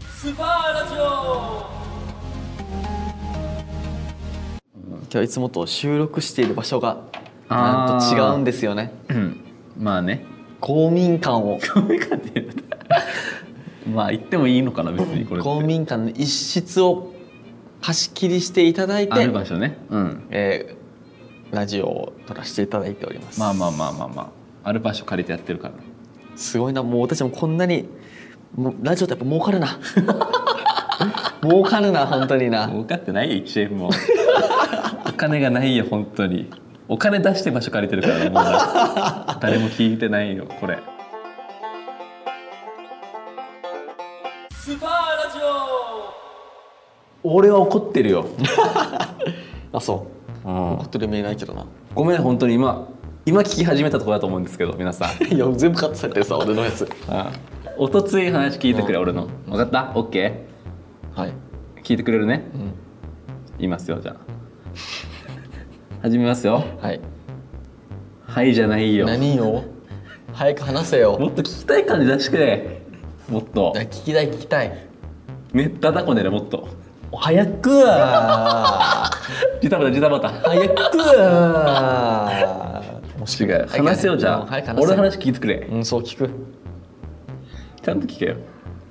スパーラジオ今日はいつもと収録している場所がなんと違うんですよねうんまあね 公民館を公民館って言うんだったまあ言ってもいいのかな別にこれって公民館の一室を貸し切りしていただいあるて、場所ねうんえーラジオを撮らせていただいておりますまあまあまあまあまあある場所借りてやってるからすごいなもう私もこんなにもうラジオってやっぱ儲かる な儲かるな本当にな儲かってないよ1円も お金がないよ本当にお金出して場所借りてるからなもう誰も聞いてないよこれスパーラジオ俺は怒ってるよ、あそう怒ってる見えないけどなごめん本当に今今聞き始めたところだと思うんですけど皆さんいや全部カットされてるさ俺のやつおとつい話聞いてくれ俺の分かったオッケはい、ー聞いてくれるねうん、言いますよじゃあ始めますよはいはいじゃないよ何よ早く話せもよっと聞きたい感じ出してくれもっといや聞きたい聞きたいめっただこねるもっと早くはジタバタジタバタ早くはもし違う話せよじゃあ早く話せ俺の話聞いてくれうんそう聞くちゃんと聞けよ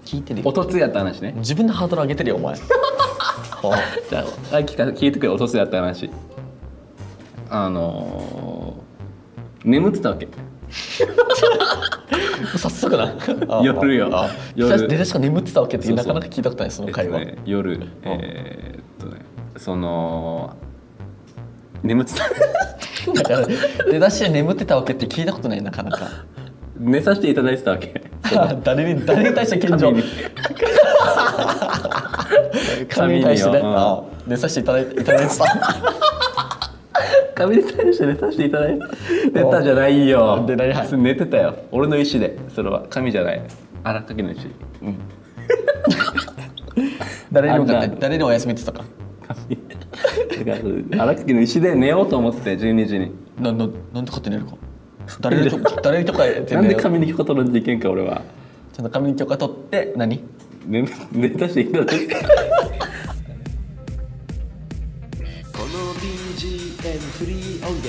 聞いてるおよとついやった話ね自分のハードル上げてるよお 前あじゃあはい聞か聞いてくれおとついやった話あのー眠ってたわけ早速なあ夜よあ夜出だしが眠ってたわけってそうなそうかなか聞いたことないその会話、えっとね、夜えーっとねその眠ってた だから 出だしで眠ってたわけって聞いたことないなかな か寝させていただいてた わけ誰に誰に対して謙神譲に紙に対してね、紙にようんあ寝させていただいいただいてた神に対して寝させていただ いて寝たじゃないよで何はいそれ寝てたよ俺の意思でそれは神じゃない荒掛けの意思誰に向かっあてな誰にお休みって言ってた神だから荒掛けの意思で寝ようと思って12時にかなななんで勝手に寝る か誰に許可誰に許可得てなん寝でよう神に許可取らんといけんか俺はちゃんと紙に許可取って何寝寝たしていただいてこの BGM フリー音源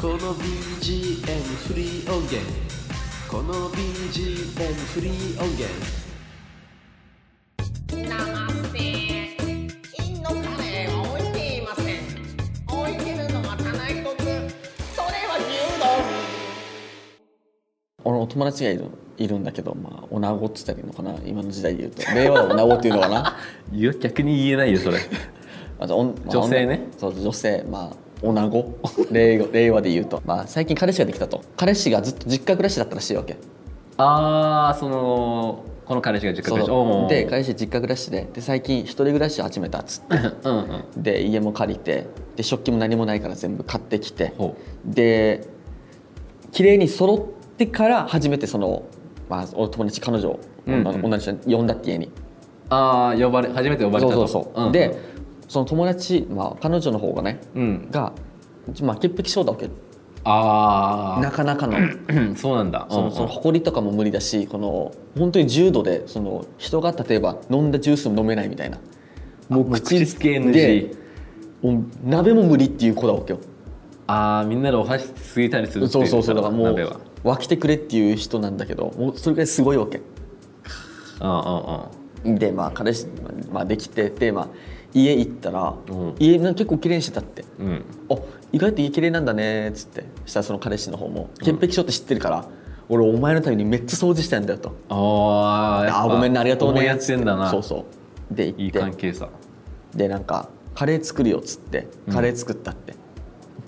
この BGM フリー音源この BGM フリー音源 Namaste. 金のカレーは置いていません置いてるのは棚一つそれは牛丼俺お友達がいるいるんだけどまあおなごって言ったらいいのかな今の時代で言うと令和のおなごっていうのかな いや逆に言えないよそれあとおんまあ女性ね女そう女性まあおなご 令和令和で言うとまあ最近彼氏ができたと彼氏がずっと実家暮らしだったらしいわけ ああそのこの彼氏が実家そ暮らしおうーで彼氏実家暮らしでで最近一人暮らしを始めたっつって うんうんで家も借りてで食器も何もないから全部買ってきてほで綺麗に揃ってから初めてその、まあ、お友達彼女を、うんうん女の女の人に呼んだって家にああ呼ばれ初めて呼ばれそうたそとうそう、んんでその友達、まあ、彼女の方がねうんが、まあ、潔癖症だわけあなあかなかのそうなんだそのその埃とかも無理だしこの本当に重度でその人が例えば飲んだジュースも飲めないみたいなもう口つけ NG でもう鍋も無理っていう子だわけよああみんなでお箸ついたりするっていそうそうそうだだかからもう鍋は沸きてくれっていう人なんだけどもうそれぐらいすごいわけうでまあ彼氏、まあ、できてで、まあ、家行ったら、うん家な結構綺麗にしてたってんうんうんあ意外と家綺麗なんだねっつってそしたらその彼氏の方も潔癖症って知ってるから、俺お前のためにめっちゃ掃除したんだよとあーやっぱあごめんねありがとうね思いやってんだなそうそうで行っていい関係さでなんかカレー作るよっつってカレー作ったって、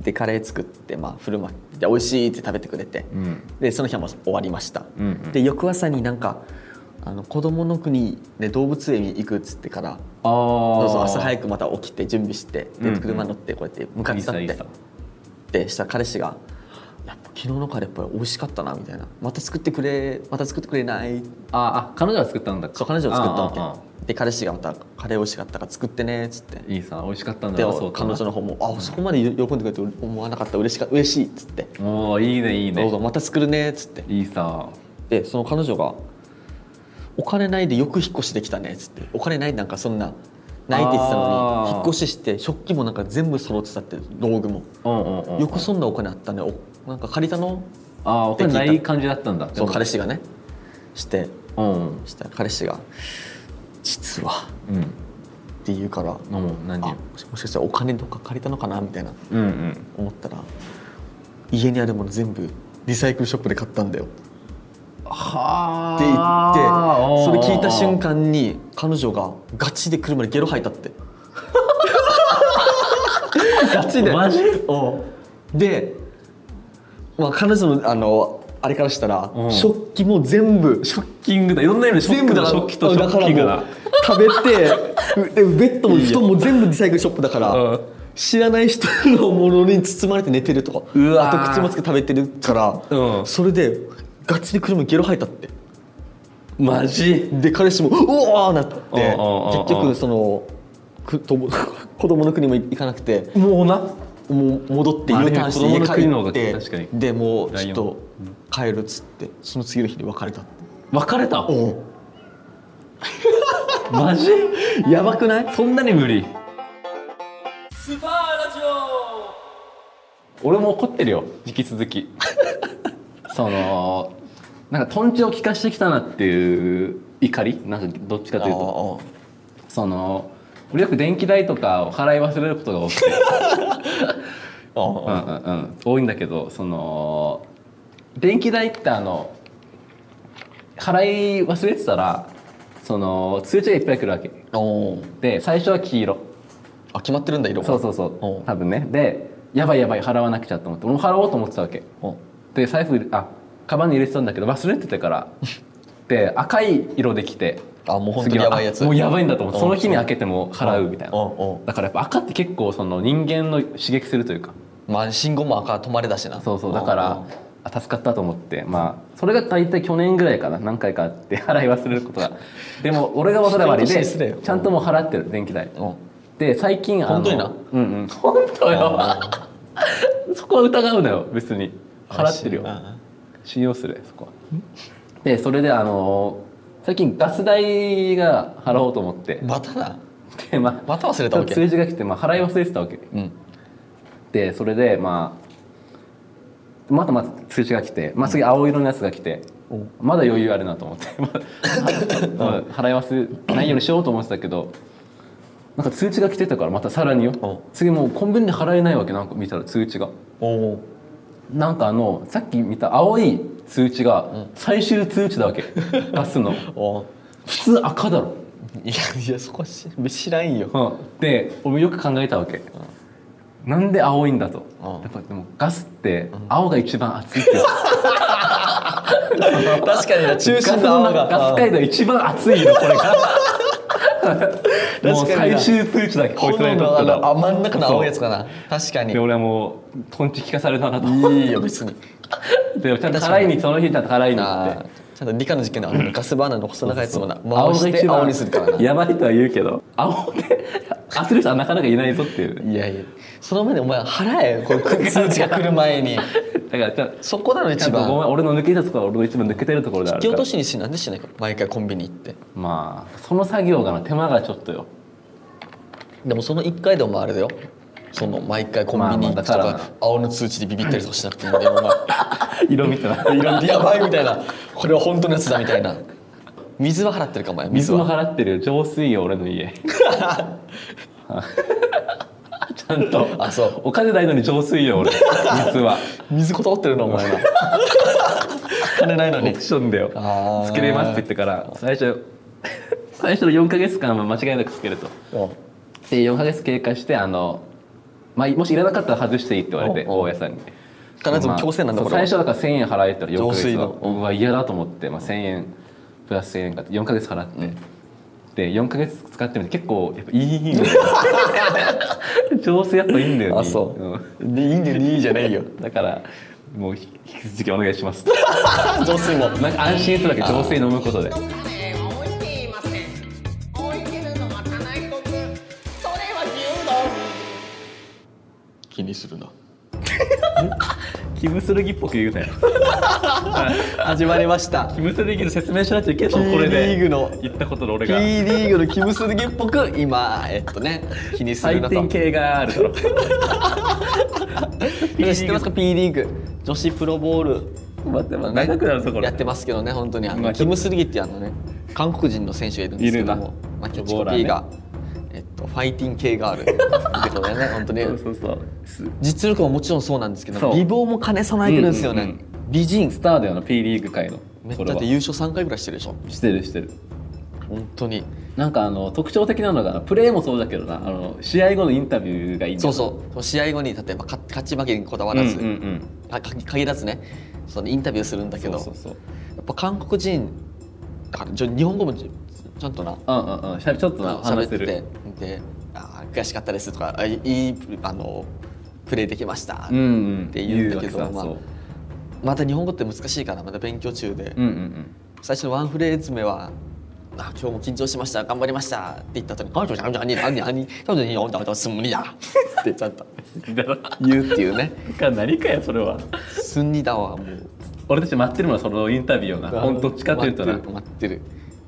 でカレー作ってまあ振る舞ってで美味しいって食べてくれて、うんでその日はもう終わりました、うんうんで翌朝になんかあの子供の国で動物園に行くっつってからああそうそう朝い早くまた起きて準備してうんでうん車乗ってこうやって向かってたって、いいさでしたら彼氏が「やっぱ昨日のカレーやっぱり美味しかったな」みたいな「また作ってくれまた作ってくれない?」あーあ彼女が作ったんだそう彼女が作ったあーあわーあけで彼氏がまた「カレー美味しかったから作ってね」っつってーいいさ美味しかったんだでなそう彼女の方も「あそこまで喜んでくれて思わなかった嬉しか嬉しい」っつっておおいいねいい「どうねぞまた作るね」っつっていいさでその彼女が「お金ないでよく引っ越しできたね」っつって「お金ないなんかそんなない」って言ってたのあーに引っ越しして食器もなんか全部揃ってたって道具もうんうんうんよくそんなお金あったねおなんか借りたのああお金ない感じだったんだそう彼氏がねしてうんうんしたら彼氏が「実は」うんって言うから飲もう何あもしもしかしたらお金とか借りたのかなみたいなうんうん思ったら家にあるもの全部リサイクルショップで買ったんだよっては言ってそれ聞いた瞬間間に彼女がガチで車でゲロ吐いたってガチでマジうんで、まあ、彼女のあのあれからしたらうん食器も全部ショッキングだいろんな意味でショ全ック部だだから食器とショッキングだからだもう食べてうでベッドも布団も全部リサイクルショップだからうん知らない人のものに包まれて寝てるとかうわーあと口もつけて食べてるから、うんそれでガチで車にゲロ吐いたってマジで彼氏もうおーなってうんうんうんうん結局そのくとも 子供の国も行かなくてもうなもう戻ってまあ U ターンして子供の国の方が家確帰かってにでもうライちオょンっと帰るっつってその次の日に別れたって別れたおマジやばくないそんなに無理俺も怒ってるよ引き 続きそのなんかとんちを聞かしてきたなっていう怒りなんかどっちかというとおその俺よく電気代とかを払い忘れることが多くて、うんうんうん、多いんだけどその電気代ってあの払い忘れてたらその通知がいっぱい来るわけおで最初は黄色あ決まってるんだ色がそうそうそおうう多分ねでやばいやばい払わなくちゃと思って俺も払おうと思ってたわけおで財布あカバンに入れてたんだけど忘れててから で赤い色できてあもう本当にやばいやつ次はあもうやばいんだと思ってうんその日に開けても払うみたいなおおだからやっぱ赤って結構その人間の刺激するというかまあ信号も赤止まれだしなそうそうだからあ助かったと思ってまあそれが大体去年ぐらいかな何回かあって 払い忘れることがでも俺が忘れ割りちゃんと申請すれでよちゃんともう払ってる電気代おおで最近あの本当になうんうん本当よあ そこは疑うなよ別に払ってるよあ信用するそこはでそれであの最近ガス代が払おうと思ってまたなでまあまた忘れたわけ数字が来て、まあ、払い忘れてたわけうんでそれでまあまたまた通知が来て、まあ、次青色のやつが来てうんまだ余裕あるなと思って ま だまあ払い忘れないようにしようと思ってたけどなんか通知が来てたからまたさらにうんよ次もうコンビニで払えないわけなんか見たら通知がおおなんかあのさっき見た青い通知がん最終通知だ わけ出すのお普通赤だろいやいやそこはし知ら んようん、で俺よく考えたわけ、なんで青いんだと、うんやっぱでもガスって青が一番熱いって言う確かにな中心の青がガス界では一番熱いよこれがもう確かに最な終通知だけこいつ炎らにとのっあてのあ真ん中の青いやつそうかな確かにで俺はもうトンチ聞かされたなといいよ別にでちゃんと払いにその日ちゃんと払いに行っあてーちゃんと理科の実験のあのガスバーナーの細長いやつもな青回がし一て番青にするからないやばいとは言うけど青で焦る人はなかなかいないぞっていうやいやその前にお前払えこう数値が来る前にだからちゃんそこだろちゃ一んと番ごめん俺の抜けたところは俺の一番抜けてるところである引かきら落としにしなんでしないか毎回コンビニ行ってまあその作業がな手間がちょっとよでもその1回でもあれだよその毎回コンビニ行くとまあまあだかから青の通知でビビったりとかしなくていいんだよお前色見たらいろいろやばいみたいなこれは本当のやつだみたいな水は払ってるかお前水水もは払ってるよ浄水よ俺 の家ちゃんとあそうお金ないのに浄水よ俺水は水断ってるなお前な金ないのオにプションだよあーつけれますって言ってから最初 最初の4か月間は間違いなくつけるとで4か月経過してあの、まあ、もしいらなかったら外していいって言われておうおう大家さんに必ずも強制なんだまこあそうれ最初だから1000円払えたら4浄ヶ月水はのうわ嫌だと思って、まあ、1000円プラス1000円かって4ヶ月払って、で4ヶ月使ってみて結構やっぱいいんだよ 浄水やっぱいいんだよねあそう、でいいんだよいいじゃないよんだからもう引き続きお願いします浄水もなんか安心するわけ浄水飲むことでのカレーは置いていません置いてるのはただ一つそれは牛丼気にするな気キムスルギっぽく言うなよ始まりましたキムスルギの説明しないといけない P これでリーグの言ったことの P 俺リがーグのキムスルゲっぽく今えっとね気にする採なと点系がある だろ皆さん知ってますか P リーグ女子プロボール待って待って長くなるぞこれやってますけどね本当にあまのあキムスルギっていうあのね韓国人の選手がいるんですけどいるもまあキャッチボーコピラーねーがえっとファイティング系があるってことだよ ね本当にそうそうそうス実力ももちろんそうなんですけそどう美貌も兼ね備えてるんですよね、うんうんう美人スターだよな P リーグ界のめっこちれゃっはて優勝3回ぐらいしてるでしょしてるしてる本当になんかあの特徴的なのがなプレーもそうだけどなあの試合後のインタビューがいいんだそようそう試合後に例えば勝勝ち負けにこだわらず、うんうんうんかか限らずねそのインタビューするんだけどそうそうそうやっぱ韓国人だからちょ日本語もちちゃんとなうんうんうんしゃべちょっとな喋話っせてるてであー悔しかったですとかあいいいあのプレーできました、うんうんって言うんだけど言うわさまあそうまた日本語って難しいからまた勉強中で、うんうんうん最初のワンフレーズ目は「あ今日も緊張しました頑張りました」って言った後に「彼女に何何何彼女に読んだことすむにだ」ってちゃんとだろ言うっていうねか何かやそれは「すんにだ」はもう俺たち待ってるのはそのインタビューをな本当どっちかっていうとな待ってる待ってるで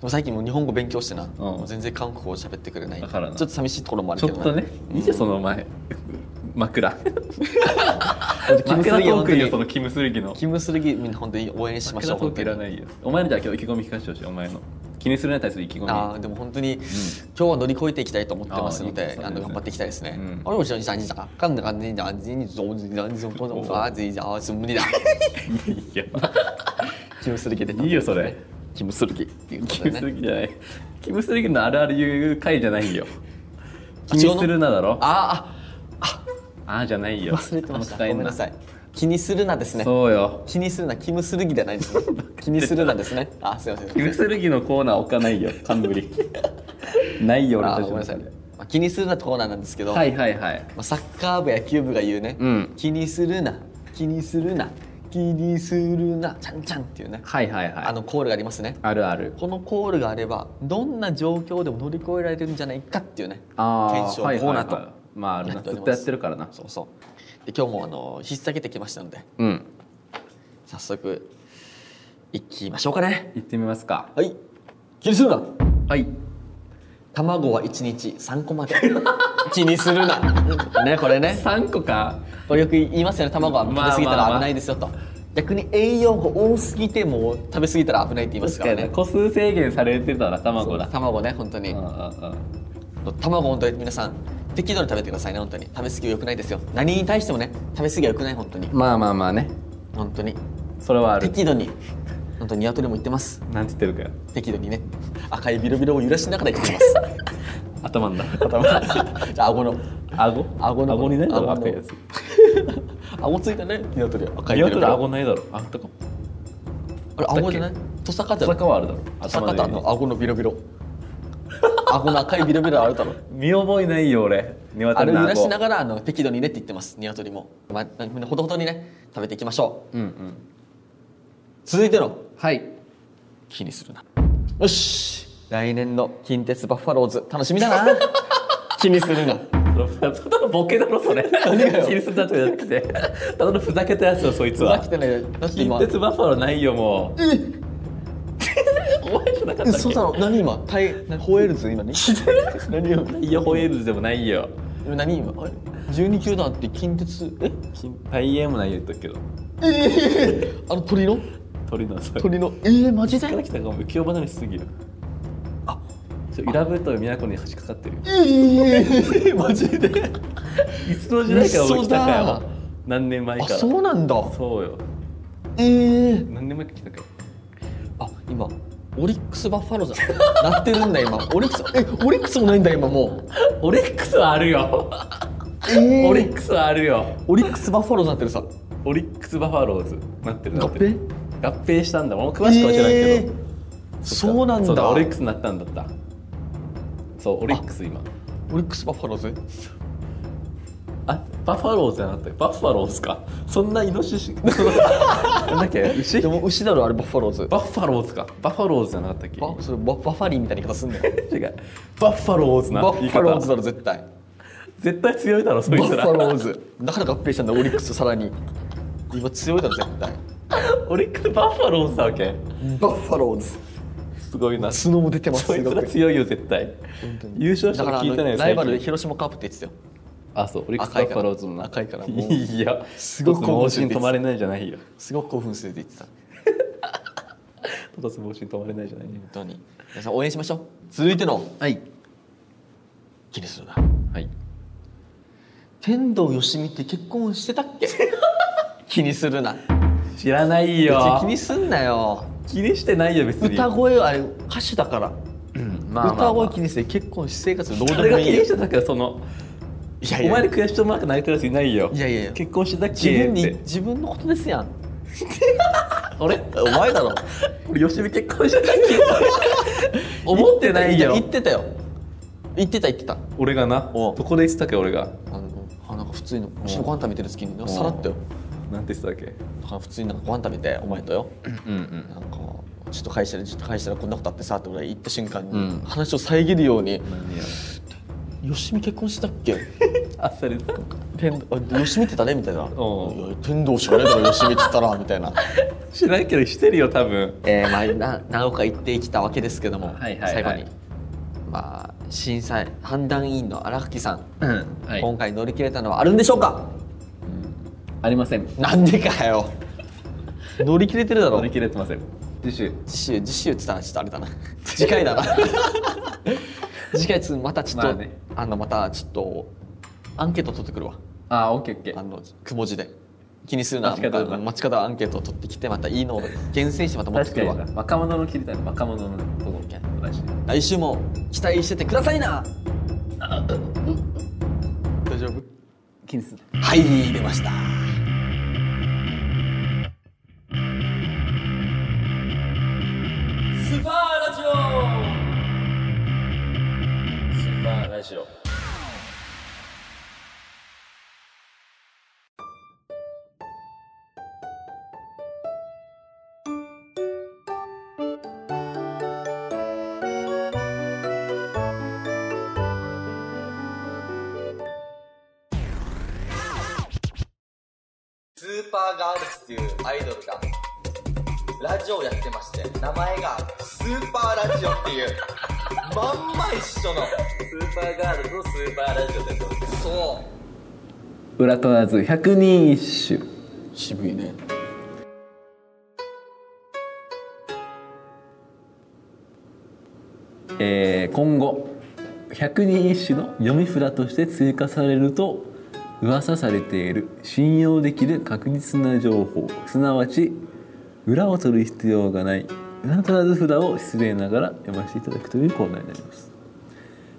も最近もう日本語勉強してな、もう全然韓国語喋ってくれないだからなちょっと寂しいところもあるちょけっどなとねいいじゃんその前 枕キムスルギ本当枕トークいいよそにのキムスルギのキムスルギみんな本当に応援しまし枕ょうト本ーク当いらにないよお前のじゃあ今日意気込み聞かせてほしいお前の気にするな対する意気込みあーでも本当に、今日は乗り越えていきたいと思ってますのあーいいでですねあの頑張っていきたいですねうん。あれも一緒にさんにさかんだかんねじゃんじんぞんじんぞんじんぞんあじじゃすむりだ。いやキムスルギ出たいいよそれ。キムスルギっていうこキとムでスね。ルギじゃないキムスルギのあるある言う回じゃないよ気にするなだろあああーじゃないーよあ忘れてました。もう使えごめんなさい。気にするなですね。そうよ気にするなキムスルギじゃないですね。気にするなですね。あすいません。キムスルギのコーナー置かないよ 冠ないよ俺あたーちごめんなのさ中い。でまあ気にするなってコーナーなんですけど。はいはいはいまあ、サッカー部野球部が言うね、うん気にするな気にするな気にするなちゃんちゃんっていうね、はいはいはいあのコールがありますねあるあるこのコールがあればどんな状況でも乗り越えられるんじゃないかっていうねあ検証コーナーと、はいはいはいまああるやなってずおっりますとやってるからなそうそうで今日もあの引っ提げてきましたのでうん早速いきましょうかね行ってみますかはい気にするなはい卵は1日3個まで 気にするなねこれね3個かこれよく言いますよね卵は食べまあ過ぎたまあまらあ危ないですよと、逆に栄養が多すぎても食べ過ぎたら危ないって言います確かからにねね個数制限されてたら卵だ卵ね本当に、うんうんうん卵本当に皆さん適度に食べてくださいね本当に食べ過ぎは良くないですよ何に対してもね食べ過ぎは良くない本当にまあまあまあね本当にそれはある適度に本当に鶏も言ってますなんて言ってるかよ適度にね赤いビロビロを揺らしながら言ってます頭んだ頭 じゃあ顎の顎顎のにないだろ顎の赤いやつ顎ついたね鶏は赤いリビロアビトルロ顎ないだろあとかあれ顎じゃないトサカじゃ小ない坂はあるだろトサ頭カのと上あにの顎のビロビロ顎の赤いビロビロあるだろ見覚えないよ俺あれ鶏を揺のらし顎ながらあの適度にねって言ってます鶏も、まあ、ほどほどにね食べていきましょううんうん続いてのはい気にするなよし来年の近鉄バッファローズ楽しみだな気にするなそれただのボケだ ろそれがよ気にするだけじゃなくてただのふざけたやつだそいつふざはけてないだって近今鉄バッファローないよもうお前じゃなかったっ嘘けだろ何今タイなホエールズ今ね何よないよホエールズでもないよ何今あれ12球団って近鉄えタイエーもないよ言っとくけどあの鳥の鳥のそれ鳥のえー、マジでから来たかも浮世離れしすぎるあちょイラブと都に橋かかってるよえー、マジでいつの時代から俺来たかよ嘘だ何年前あからそうなんだそうよえー、何年前から来たかよあ今オリックスバファローズなってるんだ今オリックスえオリックスもないんだ今もう、オリックスはあるよオオリリックスはあるよオリックスバファローズなってるさオリックスバファローズなってるなってる合合併したんだもう詳しくは知らないけど、えーそうなんだオリックスになったんだったそうオリックス今オリックスバファローズあバファローズじゃなかったよバッファローズかそんなイノシ シなんだっけ牛でも牛だろあれバファローズバッファローズかバッファローズじゃなかったっけバそれババファリーみたいな言い方すんだよ違うバッファローズなバファローズだ言い方ろ絶対絶対強いだろそいバつフらァローズだから合併したんだオリックスさらに今強いだろ絶対俺からバッファローズだわけバッファローズすごいなスノも出てますそすいつごらく強いよ絶対優勝しただからのあ聞いてないのよライバ最ル近広島カープって言ってたよあそうオリックス赤バいッかフらァローズの赤いからもういやすごく一つも方針止まれないじゃないよすごく興奮するって言ってた一つも方針止まれないじゃないよ本当に皆さん応援しましょう続いてのはい気にするなはい天童よしみって結婚してたっけ 気にするな知らない別に気よにすんなよ気にしてないよ別に歌声あれ歌手だからうんまあまあま歌あ声気にして結婚私生活どうで俺もがい気いによしてたからそのいやいお前やで悔しとマーク泣いてるやついないよいやいやいや結婚してたっ自け分っにて自分のことですや ん俺お前だろ俺よしみ結婚してたっけ 思ってないよ言ってたよ言ってた言ってた俺がなおどこで言ってたっけ俺があのあなんか普通の一緒にご飯食べてる時になさらっとよなんて言ってたっけだから普通になんかご飯食べてお前とようんうんなんかちょっと会社でちょっと会社でこんなことあってさって俺言った瞬間に、うん話を遮るように何や「よしみ結婚したっけあっさりだ天あよしみって誰?」みたいな「いおうや天童しかねえだろよしみって言ったら」みたいな。しないけどしてるよ多分 えーまあ、な何個か言ってきたわけですけども、はいはいはい最後に、まあ、審査判断委員の荒垣さん、うんは今回乗り切れたのはあるんでしょう かありませんなんでかよ 乗り切れてるだろ乗り切れてません次週次週次週って言ったらちょっとあれだな 次回だな次回つまたちょっと、まああねのまたちょっとアンケート取ってくるわあーオッケーオッケあーのくも字で気にするな待ち方だなあの待ち方アンケート取ってきてまたいいのを厳選してまた持って確くかるにわな若者の切りたいの若者のね都道府県来週来週も期待しててください な大丈夫気にするはい出ましたスパーラジオスパーラジオスーパーガールズっていうアイドルがラジオをやってまして名前がスーパーラジオっていうまんま一緒のスーパーガールズのスーパーラジオですそ裏問わず100人一首う渋いねえー今後百人一首の読み札として追加されると噂されている信用できる確実な情報すなわち裏を取る必要がない裏取らず札を失礼ながら読ませていただくというコーナーになります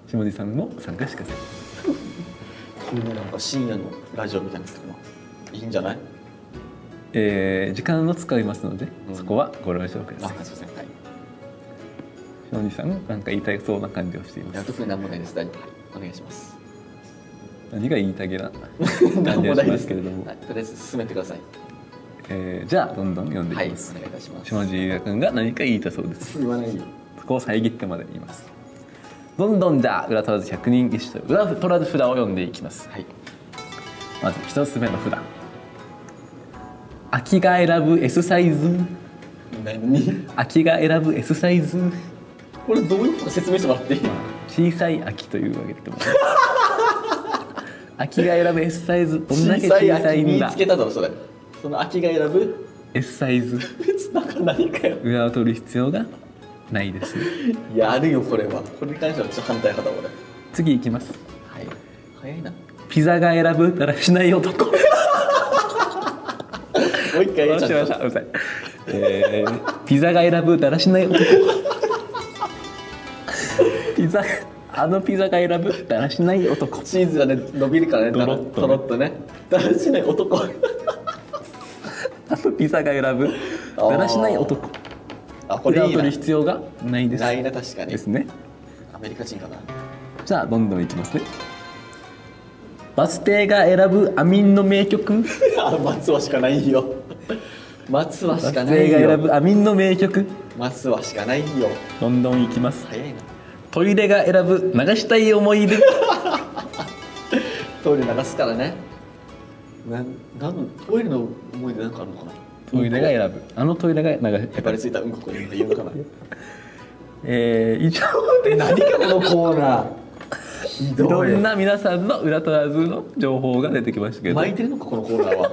下地さんも参加してくださいこれねなんか深夜のラジオみたいなのいいんじゃないえー時間を使いますので、そこはご了承くださいすいませんはい下地さんなんか言いたいそうな感じをしています特に何もないです大丈夫はいお願いします何が言いたげな何感じもないでがしますすけけれどれも、ども、はい、とりあえず進めてくださいえーじゃあどんどん読んでいはいきおます、願いいたします下地優也君が何か言いたそうです言わないよそこを遮ってまで言いますどんどんじゃあ裏取らず100人一首という裏取らず札を読んでいきますはいまず一つ目の札秋が選ぶ S サイズ何秋が選ぶ S サイズこれどういうことか説明してもらっていい小さい秋というわけでも 秋が選ぶ S サイズどんだけ小小さいさ秋いん見だつけただろそれその秋が選ぶ S サイズ別なんか何かよ裏を取る必要がないですいやあるよこれはこれに関してはちょっと反対派だ俺次いきますはい早いなもピザが選ぶだらしない男う一回やっしちゃったうるさい、えー、ピザが選ぶだらしない男ピザあのピザが選ぶだらしない男チーズがね伸びるからねドロッとドロねッとねだらしない 男あのピザが選ぶだらしない男あここれれをいい取なる必要がないですないな確かにですねアメリカ人かな じゃあどんどんいきますねバス停が選ぶアミンの名曲あ松はしかないよ松はバしスか停がない選よぶアミンの名曲松はしかないよどんどんいきます早いなトイレが選ぶ流したい思い出トイレ流すからねなんなんトイレの思い出なんかあるのかなトイレが選ぶあのトイレがなんかへばりついたうんこくんって言うのかなえー、以上です何かこのコーナーひいろどいんな皆さんの裏取らずの情報が出てきましたけど巻いてるのかこのコーナーは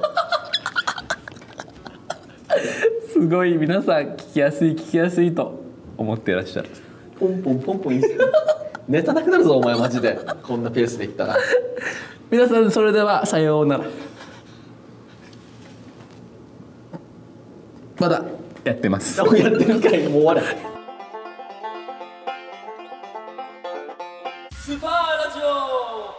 すごい皆さん聞きやすい聞きやすいと思っていらっしゃるポンポンポンポンいいっすねネタなくなるぞお前マジでこんなペースでいったら皆さんそれではさようならまだやってますどうやってるかいもう終われスパーラジオ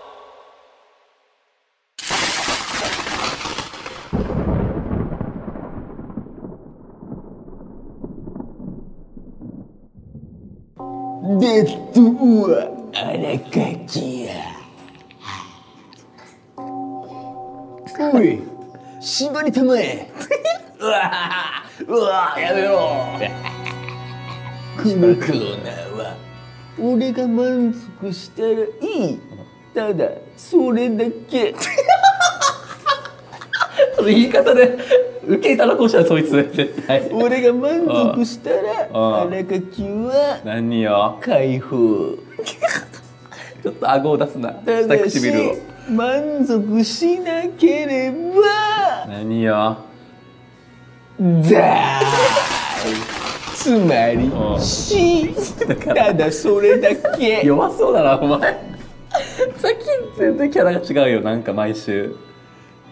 レッドはあらかきやおい縛りたまえうわうわやめろこのコーナーは俺が満足したらいいただそれだけその言い方で受けたらこうしたらそいつはい俺が満足したらあああらかきは何よ解放 ちょっと顎を出すなた下だし唇を満足しなければ何よだつまりうんしただそれだけ 弱そうだなお前さっき全然キャラが違うよなんか毎週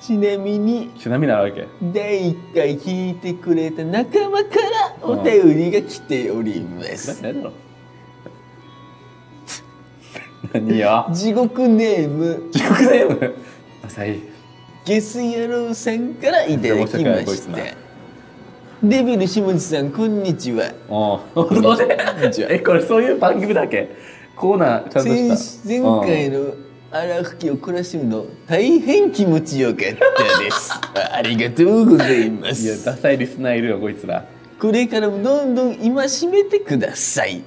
ちなみにちなみになるわけ第1回聞いてくれた仲間からお便りが来ておりなまわけす、ないだろ 何よ地獄ネーム地獄ネーム浅いゲス野郎さんからいただきまこいつしなてデビル下地さんこんにちは おうでんにちはえこれそういう番組だっけコーナーちゃんと先した前回の荒吹きを暮らしむの大変気持ちよかったです ありがとうございうまんいやすダサいリスナーいるよこいつらこれからもどんどん戒めてくださいい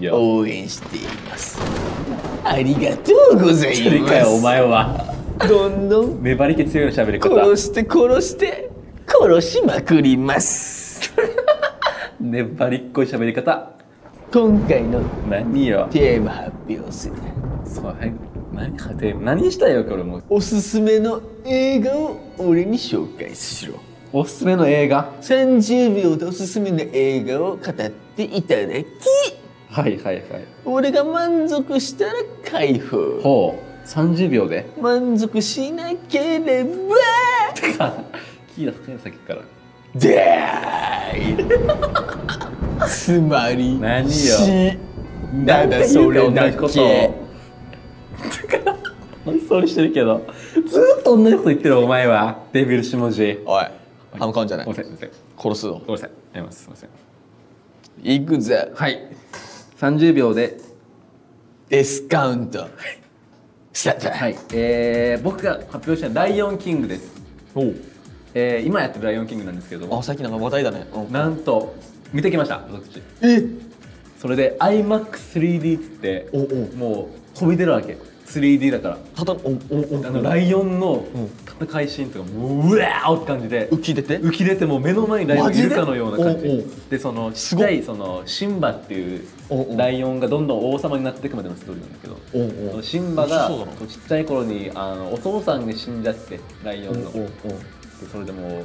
いよ応援していますありがとうござそいれかますよお前はどんどん粘り気強いの喋り方殺して殺して殺しまく ります粘りっこい喋り方今回の何よテーマ発表するそうはい何かて何したいよこれもうおすすめの映画を俺に紹介しろおすすめの映画30秒でおすすめの映画を語っていただきはいはいはい俺が満足したら解放ほう30秒で満足しなければキーラ深い先からでーいつまり何よしなたんだでそそれれ同だじことけ本当にしてるけどずっと同じこと言ってるお前はデビル下地おい歯向かうんじゃないごめんなさいごめんなさい殺すぞごめんなさいやりますすいません行くぜはい30秒でディスカウントスタートはいえー、僕が発表した「ライオンキング」ですおうえー、今やってる「ライオンキング」なんですけれどもあ最近なんか話題だね、うんなんと見てきました私えそれで iMac3D っておおもう飛び出るわけ 3D だからただおおおあのライオンの戦いシーンとかもううわーって感じで浮き出て浮き出てもう目の前にライオンいるかのような感じマジででそのちすっごちいゃいそのシンバっていうおうおうライオンがどんどん王様になっていくまでのストーリーなんだけどおうおうそのシンバが面白そうだなこうちっちゃい頃にあのお父さんが死んじゃってライオンのでそれでもう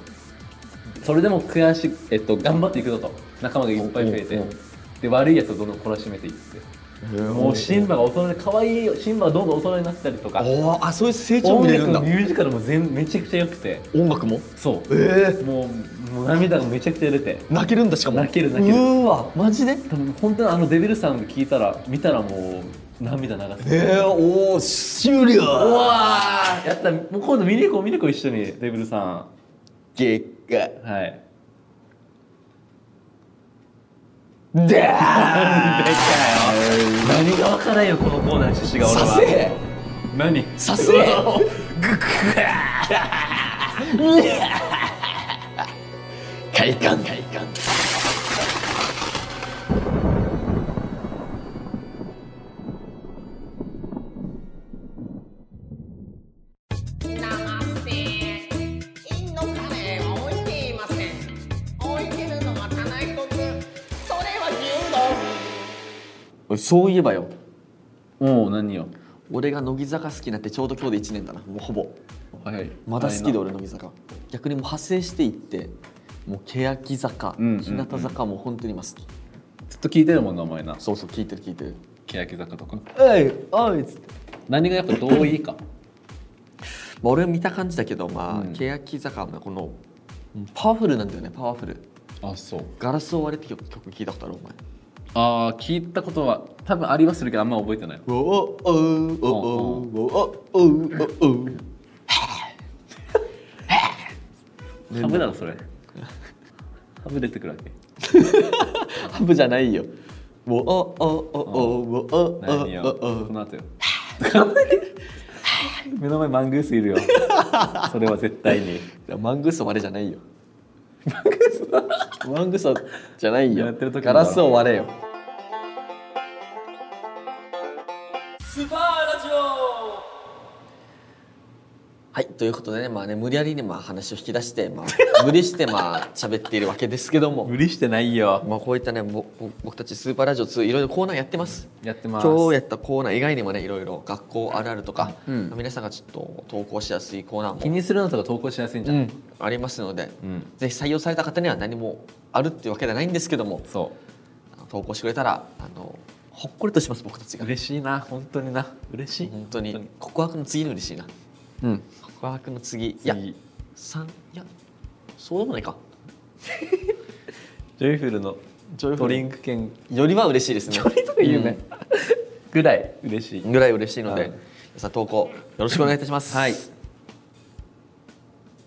それでも悔しい、えっと、頑張っていくぞと仲間がいっぱい増えておうおうおうで悪いやつをどんどん懲らしめていってもうシンバが大人で可愛いシンバがどんどん大人になったりとかおーあそういう成長音見れる楽んだのミュージカルも全めちゃくちゃ良くて音楽もそうええもうもう涙がめちゃくちゃ出て泣けるんだしかも泣ける泣けるうーわマジで多分本当にあのデビルさんが聞いたら見たらもう涙流すえー、おお終う了わーやったもう今度見に行こう見に行こう一緒にデビルさ結果んはいで何でかよ何が分からんよこのコーナーの趣旨が俺はさせえ何させえグク 快感快感ナマステそういえばよおお何よ俺が乃木坂好きになってちょうど今日で1年だなもうほぼ早いまだ好きでだ俺乃木坂逆にもう派生していってもう欅坂、うんうんうん日向坂もう本当に今好きずっと聞いてるもんなお前なそうそう聞いてる聞いてる欅坂とかおいおいっつって、何がやっぱどういいかまあ、俺は見た感じだけどまあ、うん欅坂のこのうんパワフルなんだよねパワフルあそうガラスを割れって曲曲聞いたことあるお前ああ聞いたことは多分ありはするけどあんま覚えてないおおおおおおおおおハブだろそれハブ出てくるわけハブじゃないよおおおおおおお何よおこの後よ 目の前マングースいるよそれは絶対にいやマングース割れじゃないよマングースマングースじゃないやよってる時もガラスを割れよスパーラジオはいということでねまあね無理やりねまあ話を引き出してまあ 無理してまあ喋っているわけですけども無理してないよまあこういったねぼぼ僕たちスーパーラジオ2いろいろコーナーやってますやってます今日やったコーナー以外にもねいろいろ学校あるあるとか、うん皆さんがちょっと投稿しやすいコーナーも気にするのとか投稿しやすいんじうゃん、ん、ありますので、うんぜひ採用された方には何もあるっていうわけではないんですけどもそ投稿してくれたらあのほっこりとします僕たちうが嬉しいな本当にな嬉しい本当に告白の次の嬉しいなうん告白の次いや次三いやそうでもないかジョイフルのジョイフドルリンク券よりは嬉しいですねいうね、ぐらい嬉しいうんぐらい嬉しいので、はいさあ投稿よろしくお願いいたしますはいと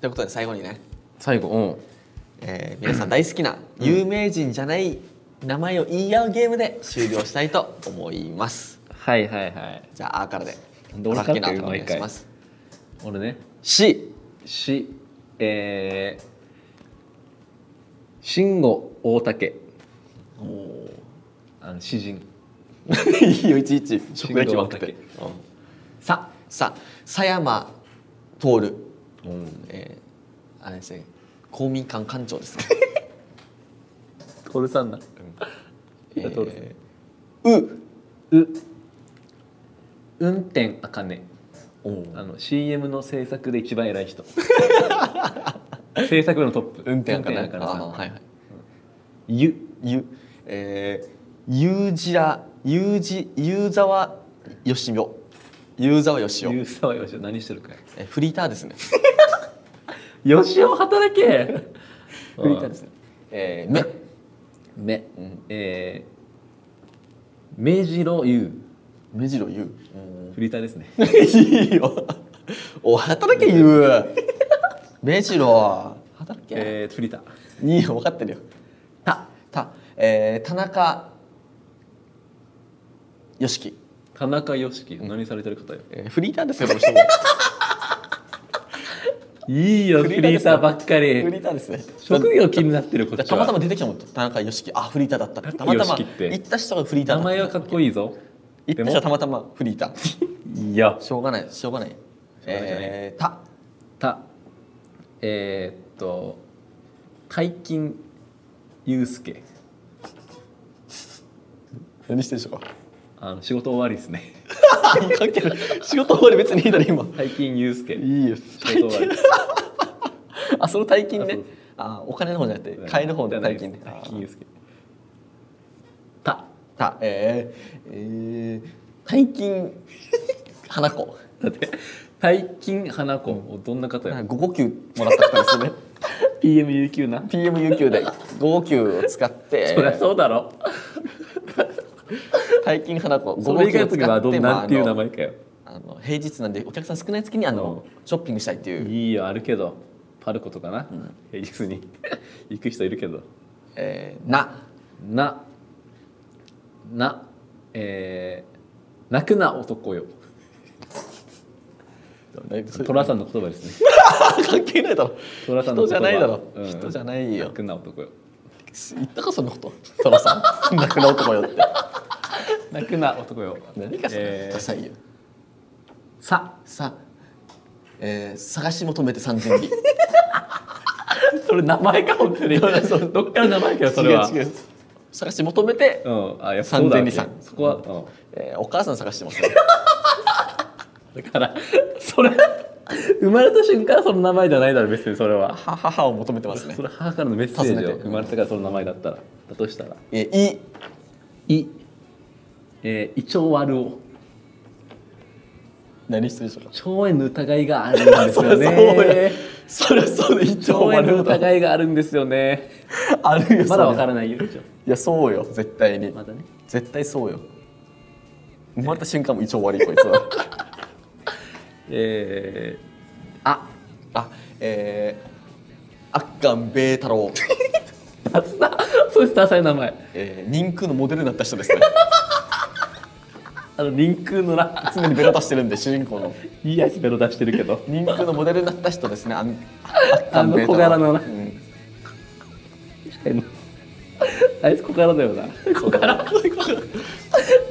いうことで最後にね、最後うんえー皆さん大好きな有名人じゃない名前を言い合うゲームで終了したいと思いますはいはいはいじゃあ「あ」からでどうした荒って木いうのあからお願いします俺ね C しえー、慎吾大竹あの詩人いいよいちいち職歴ばっか仕り事ささ狭山徹うんえー、あれですね公民館館長ですね、徹さんだえ徹さんー、うう運転あかねおあの CM の制作で一番偉い 人制作部のトップ運転かな運さあんーはいはいゆゆえー、ゆうじらゆうじゆうざわよしみょゆうざわよしおゆうさわよしお何してるかえフリーターですねよしお働け フリーターですねえー、めめ、えー、目白優目白ゆうフリーターです ね いいよお働けゆう目白働け、えー、フリーターいいよ分かってるよたたえー、田中よしき、田中良樹何されてる方よえー、フリーターですよこの人もいいよフリリーターですーターばっか フリりーターですね職業気になってるこだっだちたまたはま出てきたもん田中よしきあフリーターだったたまよたましきって行った人がフリーター名だった前はかっこいいぞ行ったで人もはたまたまフリーター いやしょうがないしょうがないょうがないえー、たたえー、っと大金祐介何してるでしょうかあの仕事終わりです ね関係ない仕事終わり別にいいだろ今大金祐介いいよ仕事終わりあその大金あねそうそうあお金の方じゃなくて買える方の大金ね大金祐介たたえー、えー、大金花子だって大金花子、どんな方 なんやか5呼吸もらったからですね PMUQ な PMUQ で5呼吸を使ってそりゃそうだろ大金花子5そ呼れ以外の吸を時使はっどてんまあなあんていう名の前かよあの平日なんでお客さん少ない月にあのショッピングしたいっていう、いいよあるけどパルコとかな、平日に 行く人いるけどえー、なななえー、泣くな男よ寅さんの言葉です ね関係ないだろ寅さんの人じゃないだろ、うん人じゃないよ泣くな男よ言ったかそんなこと寅さ ん亡くな男よって泣くな男よ何かそれ、えダーサいよささ、えー、探し求めて三千里 それ名前か本当にどっから名前かよそれは違う違う探し求めて、うん、あやっぱそうだわけ3000そこは、えーお母さん探してます、ね、うん、だからそれ生まれた瞬間その名前じゃないだろ別にそれは は母を求めてますねそれ母からのメッセージ尋ねをて生まれたからその名前だったらだとしたら えいいえー、胃腸悪を何してるでしょうか腸炎の疑いがあるん ですよねそりゃそうだ胃腸腸炎の悪だ疑いがあるんですよねあるよまだわからいないよ一応いやそうよ絶対に、まだね絶対そうよ生まれた瞬間も胃腸悪いこいつはえー、あ あえー、アッカンベー太郎、雑だそうスターさんの名前えー、人空のモデルになった人ですねあのリンクのな常にベロ出してるんで主人公のいい足ベロ出してるけど人空のモデルになった人ですねあん あの小柄のなうん あいつ小柄だよな小柄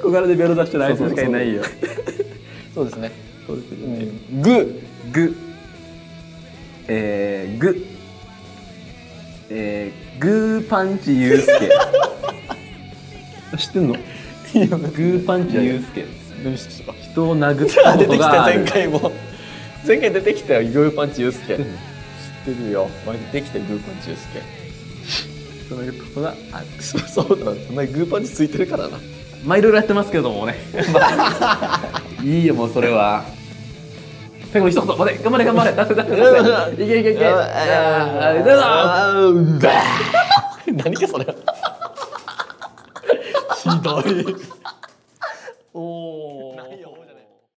小柄でベロ出してるあいつしかいないよそうですねそうですようねんグぐえー、ぐえー、グーパンチユウスケ知ってんのグーパンチユウスケ何してるでしょうか人を殴ったこ出てときが たある前回も前回出てきたよグーパンチユースケ知ってるよ前出てきたよグーパンチユースケ人を殴ったことがあるそうそうだなお前グーパンチついてるからなまあいろいろやって ますけどもねいいよもうそれは最後に一言まで頑張れ頑張れ出せ出せ出せいけいけいけあーどうぞ 何かそれひどいおお